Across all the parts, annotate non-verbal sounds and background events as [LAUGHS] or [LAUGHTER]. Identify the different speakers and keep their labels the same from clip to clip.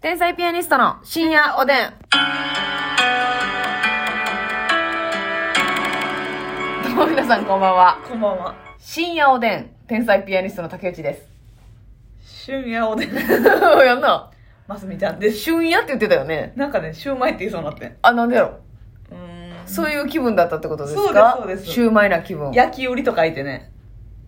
Speaker 1: 天才ピアニストの深夜おでん。どうも皆さんこんばんは。
Speaker 2: こんばんは。
Speaker 1: 深夜おでん、天才ピアニストの竹内です。
Speaker 2: 春夜おでん。
Speaker 1: [LAUGHS] やんな。
Speaker 2: ますみちゃんです。
Speaker 1: 旬夜って言ってたよね。
Speaker 2: なんかね、シューマイって言いそうになってん。
Speaker 1: あ、なんでやろ。
Speaker 2: うーん
Speaker 1: そういう気分だったってことですか
Speaker 2: そうですそうです
Speaker 1: シューマイな気分。はい
Speaker 2: 焼き売りと書いてね。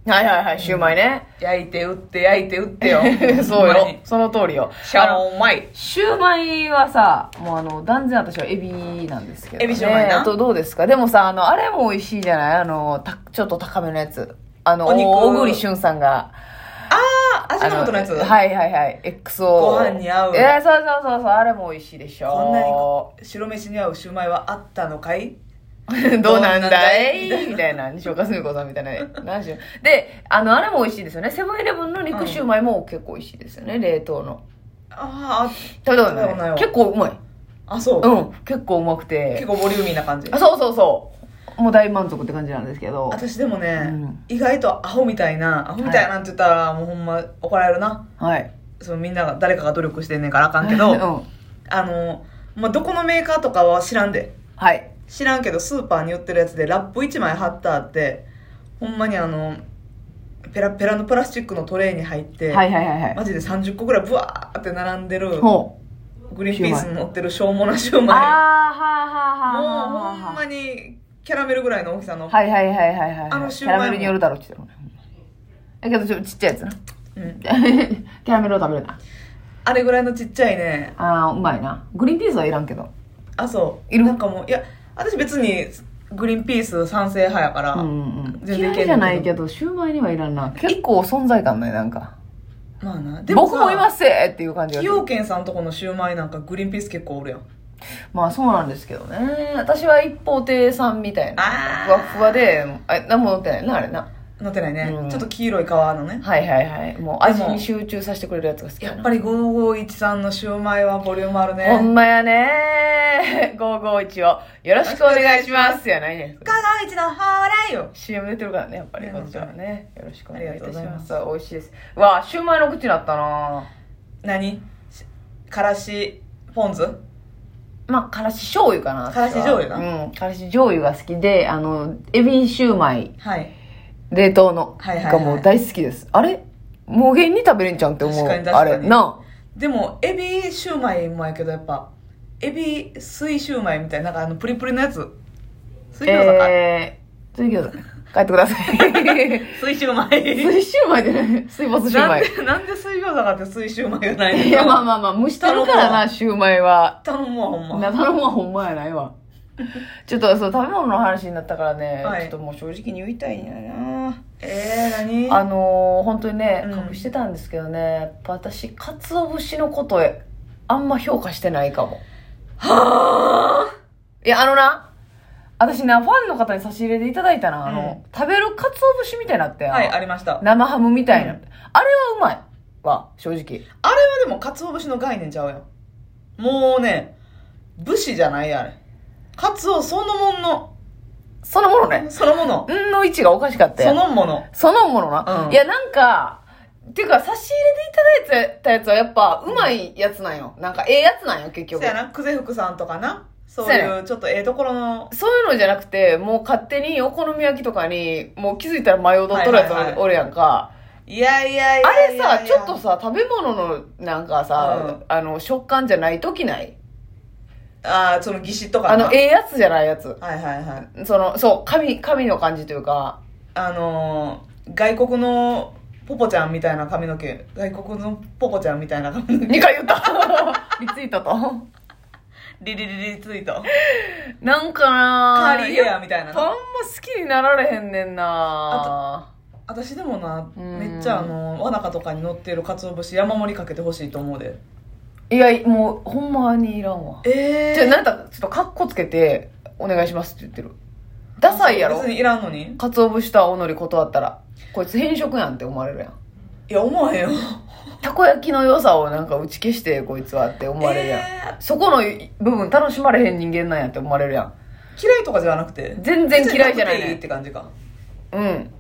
Speaker 1: はいはい、シューマイね。。
Speaker 2: 焼いて売って焼いて売ってよ
Speaker 1: [LAUGHS] そう
Speaker 2: ほんま
Speaker 1: よ
Speaker 2: に。。
Speaker 1: その通りよ。
Speaker 2: シャロンマイ。
Speaker 1: シューマイはさ、もうあの、断然私はエビなんですけど、ね。
Speaker 2: エビシューマイな
Speaker 1: とどうですかでもさ、あの、あれも美味しいじゃないあの、たちょっと高めのやつ。あの、
Speaker 2: お肉
Speaker 1: 小栗旬さんが。
Speaker 2: あー、味の素のやつ。
Speaker 1: あのはいはいはい。XO。
Speaker 2: ご飯に合う
Speaker 1: えーそうそうそうそう、あれも美味しいでしょ。
Speaker 2: こんなにこ白飯に合うシューマイはあったのかい
Speaker 1: [LAUGHS] どうなんだい
Speaker 2: どうなんだい
Speaker 1: みたいな。西岡澄子さんみたいな。何しようで、あの、あれも美味しいですよね。セブンイレブンの肉シューマイも結構美味しいですよね。冷凍の。
Speaker 2: あ
Speaker 1: 食べたこと
Speaker 2: 食べたことな
Speaker 1: ないい
Speaker 2: わ
Speaker 1: 結構うまい。
Speaker 2: ー、あ、そう。
Speaker 1: うん。結構うまくて。
Speaker 2: 結構ボリューミーな感じ
Speaker 1: あ。そうそうそうもう大満足って感じなんですけど
Speaker 2: 私でもね、
Speaker 1: うん
Speaker 2: 意外とアホみたいな、アホみたいなって言ったら、もうほんま怒られるな。
Speaker 1: はい
Speaker 2: そのみんなが、誰かが努力してんねんからあかんけど、
Speaker 1: [LAUGHS] うん、
Speaker 2: あの、まあ、どこのメーカーとかは知らんで。
Speaker 1: はい
Speaker 2: 知らんけどスーパーに売ってるやつでラップ1枚貼ったってほんまにあのペラペラのプラスチックのトレイに入って、
Speaker 1: はいはいはいは
Speaker 2: マジで30個ぐらいブワーって並んでる
Speaker 1: いほ
Speaker 2: グリーンピースに乗ってるしょうもなシュ
Speaker 1: う
Speaker 2: ー
Speaker 1: あーはあはあはあ
Speaker 2: マイもう
Speaker 1: はあ
Speaker 2: ほんまにキャラメルぐらいの大きさの、
Speaker 1: はいはいはいはいはい
Speaker 2: あのシ
Speaker 1: キ
Speaker 2: ュ
Speaker 1: ャ
Speaker 2: ーマイも
Speaker 1: ラメルによるだろうって言ってるもんねだけどちょちっちゃいやつな [LAUGHS]
Speaker 2: うん
Speaker 1: キャラメルを食べるな
Speaker 2: あれぐらいのちっちゃいね
Speaker 1: あーうまいなグリーンピースはいらんけど
Speaker 2: あそう
Speaker 1: いる
Speaker 2: なんかもういや私別にグリーンピース賛成派やから、
Speaker 1: うんうん
Speaker 2: 全然いけんねんけど
Speaker 1: 嫌いじゃないけどシューマイにはいらんな結構存在感ないなんか
Speaker 2: まあなでも
Speaker 1: 僕もいますっていう感じが
Speaker 2: 崎
Speaker 1: する
Speaker 2: 陽軒さんとこのシューマイなんかグリーンピース結構おるやん
Speaker 1: まあそうなんですけどね私は一方亭さんみたいな
Speaker 2: あー
Speaker 1: ふわふわであ何も乗ってないなあれな
Speaker 2: なってないね、
Speaker 1: うん
Speaker 2: ちょっと黄色い皮のね
Speaker 1: はいはいはいもう味
Speaker 2: で
Speaker 1: に
Speaker 2: も
Speaker 1: 集中させてくれるやつが好き
Speaker 2: や
Speaker 1: や
Speaker 2: っ
Speaker 1: な
Speaker 2: ぱり551んのシューマイはボリュームあるね。
Speaker 1: ほんまやね551をよろしくお願いしますやないね
Speaker 2: 香川一のほーらよ。
Speaker 1: CM 出てるからねやっぱり
Speaker 2: うん
Speaker 1: こっちはねよろしくお願いいたし
Speaker 2: ありがとうござい
Speaker 1: ま
Speaker 2: ます
Speaker 1: 美味しいですうわあシューマイの口になったな
Speaker 2: 何しからし、ポン酢
Speaker 1: まあ、からし醤油かな。
Speaker 2: からし醤
Speaker 1: な。
Speaker 2: 油
Speaker 1: うん。からし醤油が好きで、あの、エビシューマイ
Speaker 2: はい。
Speaker 1: 冷凍の
Speaker 2: はいはいはい
Speaker 1: がもう大好きです、あれ無限に食べれんじゃんって思う
Speaker 2: 確かに確かに
Speaker 1: あれな
Speaker 2: でも、エビシューマイもやけど、やっぱ、エビ水シューマイみたいな、なんかあの、プリプリのやつ。
Speaker 1: あ
Speaker 2: 水餃子か、
Speaker 1: えー、水餃子帰ってください
Speaker 2: [LAUGHS] 水シューマイ。
Speaker 1: 水シューマイじゃない水没シューマ
Speaker 2: なん
Speaker 1: イ
Speaker 2: で、なんで水餃子かって水シューマイがないの
Speaker 1: いやまあまあまあ蒸してるからなシューマイは
Speaker 2: 頼むわ、ほんま。
Speaker 1: な頼むはほんまやないわちょっとそう食べ物の話になったからね、
Speaker 2: はい
Speaker 1: ちょっともう正直に言いたいんやな
Speaker 2: えー、何
Speaker 1: あのー本当にね
Speaker 2: うん
Speaker 1: 隠してたんですけどね、やっぱ私鰹節のことあんま評価してないかも
Speaker 2: はぁ
Speaker 1: いや、あのな、私な、ファンの方に差し入れでいただいたな、あの、食べる鰹節みたいなって、
Speaker 2: はい、ありました。
Speaker 1: 生ハムみたいな、
Speaker 2: うん
Speaker 1: あれはうまいわ、正直。
Speaker 2: あれはでも、鰹節の概念ちゃうよ。もうね、武士じゃないあれ。鰹そのもの
Speaker 1: そのものね
Speaker 2: の、、そのもの、
Speaker 1: んの位置がおかしかった
Speaker 2: そ
Speaker 1: やん。
Speaker 2: のもの。
Speaker 1: そのものな。
Speaker 2: うん
Speaker 1: いや、なんか、ていうか、差し入れでいただいたやつはやっぱ、うまいやつなんよ。なんか、ええやつなんよ、結
Speaker 2: そ
Speaker 1: 局。
Speaker 2: やな、久世福さんとかな、そう
Speaker 1: そや
Speaker 2: いうちょっとええところの、
Speaker 1: そういうのじゃなくて、もう勝手にお好み焼きとかに、もう気づいたらマヨドットるやつ
Speaker 2: はいはいはい
Speaker 1: おるやんか。
Speaker 2: いやいやいや
Speaker 1: あれ
Speaker 2: いや
Speaker 1: さ
Speaker 2: い
Speaker 1: ち
Speaker 2: や
Speaker 1: ょっと、さ食べ物のなんかさ、
Speaker 2: う
Speaker 1: あの食感じゃない時ない
Speaker 2: ああ、その儀式とか
Speaker 1: あ
Speaker 2: な
Speaker 1: のええやつじゃないやつ
Speaker 2: はいはいはい。
Speaker 1: そのそう神神の感じという
Speaker 2: [LAUGHS]
Speaker 1: か
Speaker 2: あのー、外国のポポちゃんみたいな髪の毛、外国のポポちゃんみたいな髪の毛、
Speaker 1: 2回言った [LAUGHS] リツイート
Speaker 2: [LAUGHS]
Speaker 1: と
Speaker 2: リリリリツイート。
Speaker 1: なんかな
Speaker 2: カーリーヘ
Speaker 1: やっ
Speaker 2: アみたいな
Speaker 1: ぱあん
Speaker 2: な。
Speaker 1: ま好きになられへんねんな
Speaker 2: 私でもな、
Speaker 1: うん
Speaker 2: めっちゃあの、わなかとかに乗ってる鰹節山盛りかけてほしいと思うで。
Speaker 1: いやもうほんまにいらんわ
Speaker 2: え
Speaker 1: じゃあなんかちょっとカッコつけて「お願いします」って言ってるダサいやろ
Speaker 2: 別にいらんのに
Speaker 1: 鰹節と青のり断ったらこいつ変色やんって思われるやん
Speaker 2: いや、思わへんよ。 [LAUGHS]
Speaker 1: たこ焼きの良さをなんか打ち消してこいつはって思われるやん、
Speaker 2: え
Speaker 1: そこの部分楽しまれへん人間なんやって思われるやん
Speaker 2: ー嫌いとかじゃなくて。
Speaker 1: 全然嫌いじゃない
Speaker 2: 別にくていいっ
Speaker 1: ね
Speaker 2: て感じか。
Speaker 1: うん、
Speaker 2: うん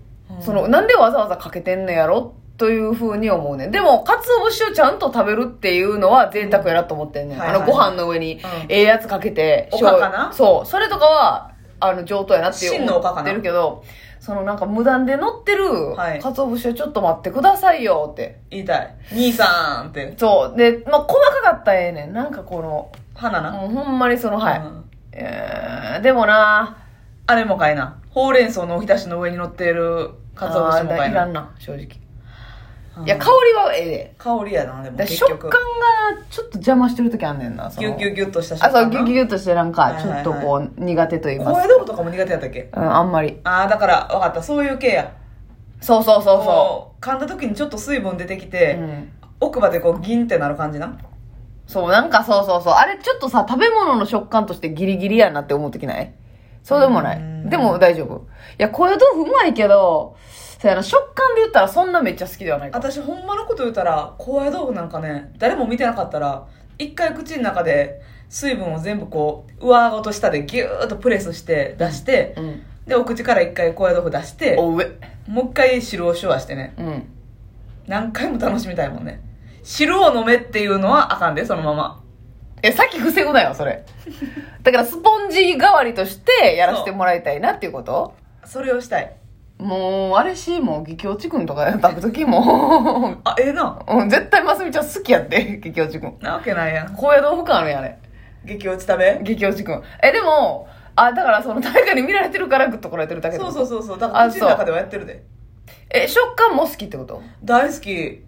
Speaker 1: そのなんでわざわざかけてんのやろっというふうに思うねんでも、鰹節をちゃんと食べるっていうのは贅沢やなと思ってんねん。
Speaker 2: はいはい
Speaker 1: あの、ご飯の上に
Speaker 2: ん、
Speaker 1: ええやつかけて、
Speaker 2: おかかな
Speaker 1: 醤油そう。それとかは、あの、上等やなっていう
Speaker 2: 真のおか
Speaker 1: 思
Speaker 2: か
Speaker 1: っ
Speaker 2: な
Speaker 1: てるけど、そのなんか無断で乗ってる、
Speaker 2: はい
Speaker 1: 鰹節をちょっと待ってくださいよって。
Speaker 2: 言いたい。兄さんって。
Speaker 1: そう。で、まあ、細かかったらええねん。なんかこの、
Speaker 2: 花な。
Speaker 1: もうほんまにその、はい。
Speaker 2: うん
Speaker 1: えー、でもな、
Speaker 2: あれもかいな。ほうれん草のおひたしの上に乗っているかつお節も
Speaker 1: あ
Speaker 2: か
Speaker 1: ー
Speaker 2: い
Speaker 1: いら
Speaker 2: な。
Speaker 1: んな、正直。
Speaker 2: う
Speaker 1: い
Speaker 2: ん
Speaker 1: や、香りはええで。
Speaker 2: 香りやな、でも
Speaker 1: で
Speaker 2: 結
Speaker 1: 食感
Speaker 2: 局
Speaker 1: が。ちょっと邪魔してる時あんねんなそ
Speaker 2: ギ
Speaker 1: の
Speaker 2: ュッギュッギュッとした食
Speaker 1: あそう
Speaker 2: 感な。
Speaker 1: ギュッギュッギュッとしてなん
Speaker 2: はい
Speaker 1: か
Speaker 2: はい
Speaker 1: ちょ
Speaker 2: はい
Speaker 1: っとこう苦手と言います
Speaker 2: 声道具とかも苦手やったっけ
Speaker 1: うんあんまり
Speaker 2: ああ、だから、わかった。そういう系や。
Speaker 1: そうそうそうそ
Speaker 2: こう噛んだ時にちょっと水分出てき
Speaker 1: う、
Speaker 2: て、
Speaker 1: うん、
Speaker 2: 奥歯でこうギンってなる感じな。
Speaker 1: そうなんかそうそうそうあれちょっとさ食べ物の食感としてギリギリやなって思う時ないそうでもな
Speaker 2: う
Speaker 1: い
Speaker 2: ん
Speaker 1: でも大丈夫いや小豆豆腐うまいけどそうやな食感で言ったらそんなめっちゃ好きではないか
Speaker 2: 私、ほんまのこと言うたら、高野豆腐なんかね、誰も見てなかったら、一回口の中で水分を全部こう、上顎と下でギューッとプレスして出して、
Speaker 1: うん
Speaker 2: で、お口から一回高野豆腐出して、
Speaker 1: お上
Speaker 2: もう一回汁を手話してね、
Speaker 1: うん
Speaker 2: 何回も楽しみたいもんね。汁を飲めっていうのはあかんで、そのまま。
Speaker 1: えさっき防ぐなよそれだからスポンジ代わりとしてやらせてもらいたいなっていうこと
Speaker 2: それをしたい。
Speaker 1: もう、あれし、もう、激落ちくんとか炊くときも、 [LAUGHS]
Speaker 2: あ、ええな。
Speaker 1: うん絶対ますみちゃん好きやって、激落ちくん。
Speaker 2: なわけないやん。
Speaker 1: 高野豆腐感あるやん、あれ。
Speaker 2: 激落ち食べ
Speaker 1: 激落ちくん。え、でも、あ、だからその誰かに見られてるからグッとこられてるだけ
Speaker 2: そうそう
Speaker 1: う。
Speaker 2: そうそう。だから
Speaker 1: あ
Speaker 2: 口の中ではやってるで。
Speaker 1: え、食感も好きってこと
Speaker 2: 大好き。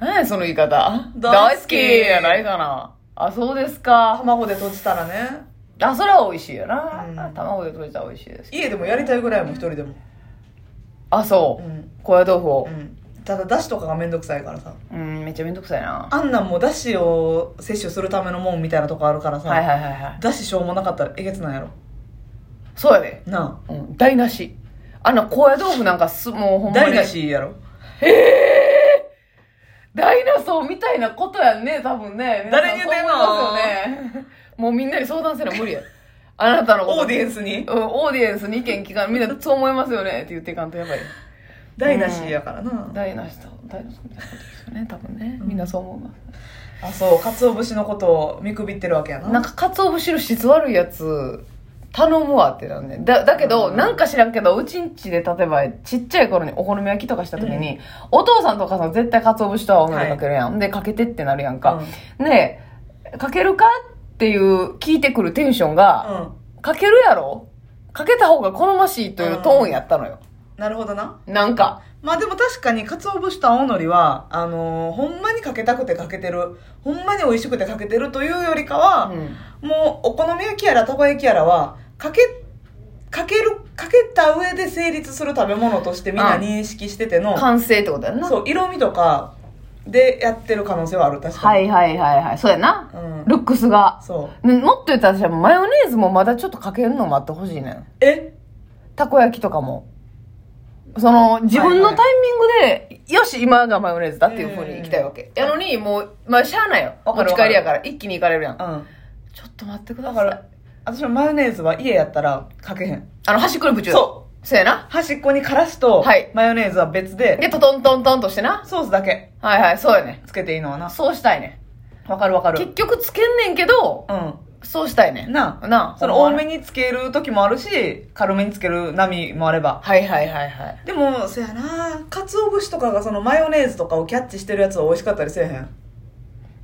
Speaker 1: 何やその言い方。
Speaker 2: 大
Speaker 1: 大
Speaker 2: 好
Speaker 1: 好
Speaker 2: き
Speaker 1: きやないかな。あ、そうですか。
Speaker 2: 卵で閉じたらね。
Speaker 1: あ、それは美味しいやな。
Speaker 2: うん
Speaker 1: 卵で溶いたら美味しいです。
Speaker 2: 家でもやりたいぐらいもん一人でも。
Speaker 1: あ、そうう。
Speaker 2: ん。
Speaker 1: 高野豆腐を
Speaker 2: う。ん。ただ、だしとかがめんどくさいからさ。
Speaker 1: うん、めっちゃめんどくさいな。
Speaker 2: あんなんもうだしを摂取するためのもんみたいなとこあるからさ。
Speaker 1: はいはいはいはい。
Speaker 2: だししょうもなかったらえげつないやろ。
Speaker 1: そうやで。
Speaker 2: な
Speaker 1: うん、台無し。あんな高野豆腐なんかす、もうほ
Speaker 2: あ。
Speaker 1: んまに。
Speaker 2: 台無しやろ。
Speaker 1: ダイナソーみたいなことやんね、多分ね。皆さ
Speaker 2: 誰に言うてんの
Speaker 1: そう思いますよね。もうみんなに相談せな無理や。あなたのこと。
Speaker 2: オーディエンスに。
Speaker 1: うん、オーディエンスに意見聞かん。みんなそう思いますよね。って言っていかんとやばい。
Speaker 2: 台無しやからな。
Speaker 1: ダイナソー、ダイナソーみたいなことですよね、多分ね。みんなそう思います。
Speaker 2: あ、そう。鰹節のことを見くびってるわけやな。
Speaker 1: なんか、かつお節の質悪いやつ、頼むわってなんね。だ、だけど、
Speaker 2: うん
Speaker 1: なんか知らんけど、うちんちで、例えば、ちっちゃい頃にお好み焼きとかした時に、お父さんとお母さん絶対かつお節とはお鍋かけるやん。で、かけてってなるやんか。ねえ、かけるかっていう聞いてくるテンション
Speaker 2: う
Speaker 1: が、
Speaker 2: ん。うん。
Speaker 1: かけるやろかけた方が好ましいというトーンやったのよ。
Speaker 2: なるほどな。
Speaker 1: なんか、
Speaker 2: まあでも確かに、鰹節と青のりは、あのーほんまにかけたくてかけてる、ほんまに美味しくてかけてるというよりかは、
Speaker 1: うん
Speaker 2: もうお好み焼きやらたこ焼きやらは、かけ、かける、かけた上で成立する食べ物としてみんな認識してての、
Speaker 1: 完成ってことやんな。
Speaker 2: そう、色味とかでやってる可能性はある、確か
Speaker 1: は
Speaker 2: に。
Speaker 1: いはいはいはい。そうやな。
Speaker 2: うん。
Speaker 1: ルックスが。
Speaker 2: そう。
Speaker 1: ねもっと言ったら私はマヨネーズもまだちょっとかけるの待ってほしいねん。
Speaker 2: え
Speaker 1: たこ焼きとかも。その、自分のタイミングで、よし、今がマヨネーズだっていう風に行きたいわけ。やのに、もう、まあ、しゃあないよ。
Speaker 2: わ
Speaker 1: 持
Speaker 2: かる
Speaker 1: ち
Speaker 2: わか
Speaker 1: 帰
Speaker 2: る
Speaker 1: りやから、一気に行かれるやん。
Speaker 2: うん。
Speaker 1: ちょっと待ってくだ
Speaker 2: だ
Speaker 1: さ
Speaker 2: か
Speaker 1: い。
Speaker 2: ら、私はマヨネーズは家やったらかけへん。
Speaker 1: あの、端っこにプチュー。。
Speaker 2: そう
Speaker 1: そうやな。
Speaker 2: 端っこにからしと
Speaker 1: はい、
Speaker 2: マヨネーズは別で、
Speaker 1: で、トトントントンとしてな。
Speaker 2: ソースだけ
Speaker 1: はいはい、そうやね。
Speaker 2: つけていいのはな。
Speaker 1: そうしたいね。
Speaker 2: わかるわか
Speaker 1: 結。局つけんねんけど、
Speaker 2: う
Speaker 1: そうしたいね。
Speaker 2: ん。なあ。
Speaker 1: なあ。
Speaker 2: その多め
Speaker 1: に。
Speaker 2: につける時もあるし、軽めにつける波もあれば。
Speaker 1: はいはいはいはい。
Speaker 2: でも、そやな鰹節とかがそのマヨネーズとかをキャッチしてるやつは美味しかったりせえ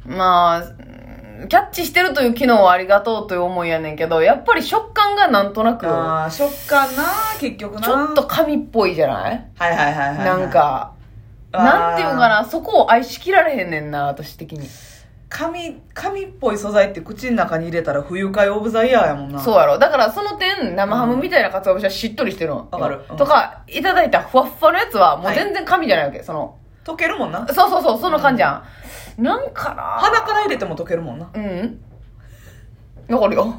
Speaker 2: へん。
Speaker 1: まあ、うんキャッチしてるという機能はありがとうという思いやねんけど、やっぱり食感がなんとなく、
Speaker 2: あー、食感な結局な
Speaker 1: ちょっと。紙っぽいじゃない
Speaker 2: はいはいはいはいはい。
Speaker 1: なん。か、
Speaker 2: あー
Speaker 1: なんていうんかな、そこを愛しきられへんねんな、私的に。
Speaker 2: 紙、紙っぽい素材って口の中に入れたら不愉快オブザイヤーやもんな。
Speaker 1: そうやろ。だからその点、生ハムみたいな鰹節はしっとりしてるの。
Speaker 2: わかるうん
Speaker 1: とか、いただいたふわっふわのやつは、もう全然紙じゃないわけ。その、
Speaker 2: 溶けるもんな。
Speaker 1: そうそうそう、その感じやん。なんかな
Speaker 2: 鼻から入れても溶けるもんな。
Speaker 1: うん。残る
Speaker 2: [LAUGHS]
Speaker 1: よ。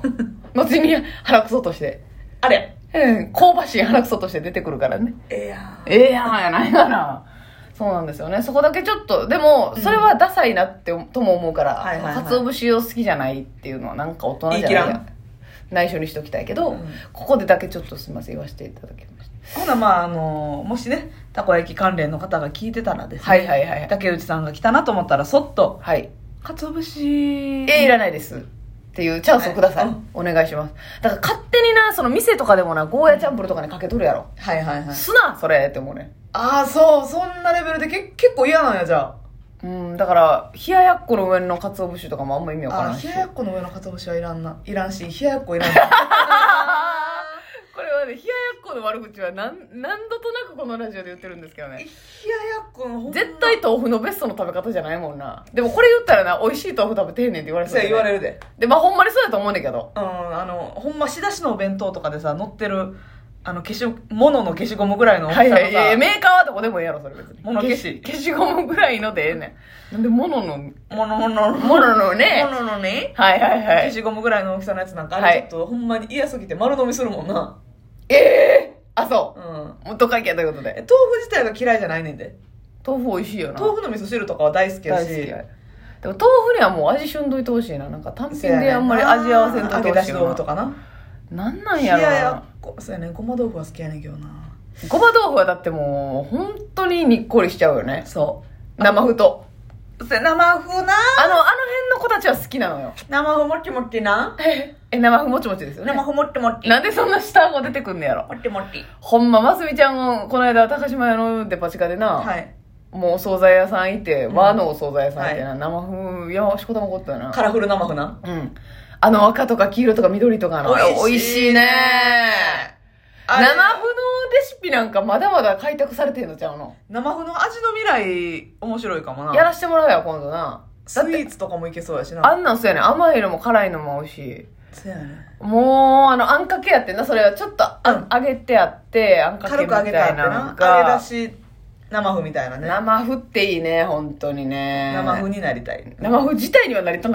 Speaker 1: 後に腹くそとして。
Speaker 2: あれ
Speaker 1: うん、香ばしい腹くそとして出てくるからね。
Speaker 2: ええや
Speaker 1: ええやんやないかな。そうなんですよね。そこだけちょっと、でも、それはダサいなって、とも思うから、
Speaker 2: はいはいはい
Speaker 1: 鰹節を好きじゃないっていうのはなんか大人じゃ
Speaker 2: 言い
Speaker 1: ない
Speaker 2: 切らん
Speaker 1: 内緒にしときたいけど、
Speaker 2: うん
Speaker 1: ここでだけちょっとすみません、言わせていただきました。
Speaker 2: ほな、まあ、あのーもしね、たこ焼き関連の方が聞いてたらですね、
Speaker 1: はいはいはいはい。
Speaker 2: 竹内さんが来たなと思ったらそっと
Speaker 1: はい。
Speaker 2: 「かつお節」
Speaker 1: え、いらないです。っていうチャンスをください。
Speaker 2: はい
Speaker 1: お願いします。だから勝手にな、その店とかでもな、ゴーヤチャンプルとかにかけとるやろ。
Speaker 2: はいはいはい
Speaker 1: すな、それって思うね。
Speaker 2: ああそうそんなレベルでけ結構嫌なんやじゃ
Speaker 1: うん、だから、冷ややっこの上の鰹節とかもあんま意味わか
Speaker 2: あ
Speaker 1: ら
Speaker 2: あ
Speaker 1: んし。
Speaker 2: 冷
Speaker 1: こ
Speaker 2: ややっこの上のかつお節はいらんないらんし冷ややっこいらんな
Speaker 1: れはね、冷ややっこの悪口は何、何度となくこのラジオで言ってるんですけど
Speaker 2: 冷や
Speaker 1: ね。
Speaker 2: やっこのほんま
Speaker 1: 絶対豆腐のベストの食べ方じゃないもんな。でもこれ言ったらな、美味しい豆腐食べてへんねんって言われ
Speaker 2: そ
Speaker 1: そうう、
Speaker 2: や言われるで
Speaker 1: で、まあほんまにそうやと思うねんだけど。
Speaker 2: うんあのほんま仕出しのお弁当とかでさ乗ってるあの消しものの消しゴムぐらいの大
Speaker 1: は
Speaker 2: きさ
Speaker 1: い
Speaker 2: の
Speaker 1: は
Speaker 2: さ、
Speaker 1: い、いやいやメーカーはどこでもええやろ、それ別に。
Speaker 2: 物消し
Speaker 1: 消しゴムぐらいのでええねん。なんで、ものの、も
Speaker 2: ものものも
Speaker 1: ののね。
Speaker 2: ののね
Speaker 1: はいはいは
Speaker 2: 消
Speaker 1: い。
Speaker 2: しゴムぐらいの大きさのやつなんかあ
Speaker 1: は
Speaker 2: れ
Speaker 1: い
Speaker 2: ちょっとほんまに嫌すぎて丸飲みするもんな
Speaker 1: ええあ、そうう。
Speaker 2: ん
Speaker 1: 元会計ということで。
Speaker 2: え豆腐自体が嫌いじゃないねんで
Speaker 1: 豆腐美味しいよな。
Speaker 2: 豆腐の味噌汁とかは大好きや
Speaker 1: 大
Speaker 2: し
Speaker 1: 好きやでも豆腐にはもう味しゅんどいてほしいな。なんか単品であんまり味合わせんといて
Speaker 2: 揚げ
Speaker 1: ほ
Speaker 2: 出
Speaker 1: しい
Speaker 2: し
Speaker 1: よ
Speaker 2: 豆腐と
Speaker 1: な。
Speaker 2: かな
Speaker 1: なんなん
Speaker 2: 冷
Speaker 1: や
Speaker 2: や
Speaker 1: ろ
Speaker 2: や
Speaker 1: な。
Speaker 2: っこそうやねごま豆腐は好きやねんけどな
Speaker 1: ごま豆腐はだってもう、本当ににっこりしちゃうよね。
Speaker 2: そ
Speaker 1: 生ふと。
Speaker 2: うせ生風な
Speaker 1: あの、あの辺の子たちは好きなのよ。
Speaker 2: 生ふもっちもっちな
Speaker 1: [LAUGHS] え、生ふもちもちですよね
Speaker 2: 生。ふもっちもっち
Speaker 1: なんでそんな下顎出てくんねやろ。
Speaker 2: もっちもっち
Speaker 1: ほんま、ますみちゃんを、この間、高島屋のデパ地下でな、
Speaker 2: はい
Speaker 1: もうお惣菜屋さんいて、
Speaker 2: うん
Speaker 1: 和のお惣菜屋さんいてな、生風、いや、しこたまこったよな。
Speaker 2: カラフル生ふな
Speaker 1: うん。あの赤とか黄色とか緑とかの。
Speaker 2: 美味しい
Speaker 1: 美味
Speaker 2: ね
Speaker 1: 生
Speaker 2: あ
Speaker 1: 風
Speaker 2: れ
Speaker 1: のレシピなんかまだまだ開拓されてんのちゃうの、
Speaker 2: 生ふの味の未来面白いかもな
Speaker 1: やらしてもらうや、今度な。
Speaker 2: ス
Speaker 1: だ
Speaker 2: イ
Speaker 1: って
Speaker 2: ーツとかもいけそうやしな
Speaker 1: あんなんそうやねん甘いのも辛いのも美味しい。
Speaker 2: そうやね
Speaker 1: もう、あの、あんかけやってんな、それは。ちょっとあ、揚げてあって、あんかけ
Speaker 2: 軽
Speaker 1: み
Speaker 2: く揚
Speaker 1: た
Speaker 2: げ
Speaker 1: い
Speaker 2: てあって
Speaker 1: なの
Speaker 2: な
Speaker 1: が。
Speaker 2: 揚げ出し生ふみたいなね
Speaker 1: 生麩っていいね、本当にね。
Speaker 2: 生ふになりたい
Speaker 1: 生麩自体にはなりた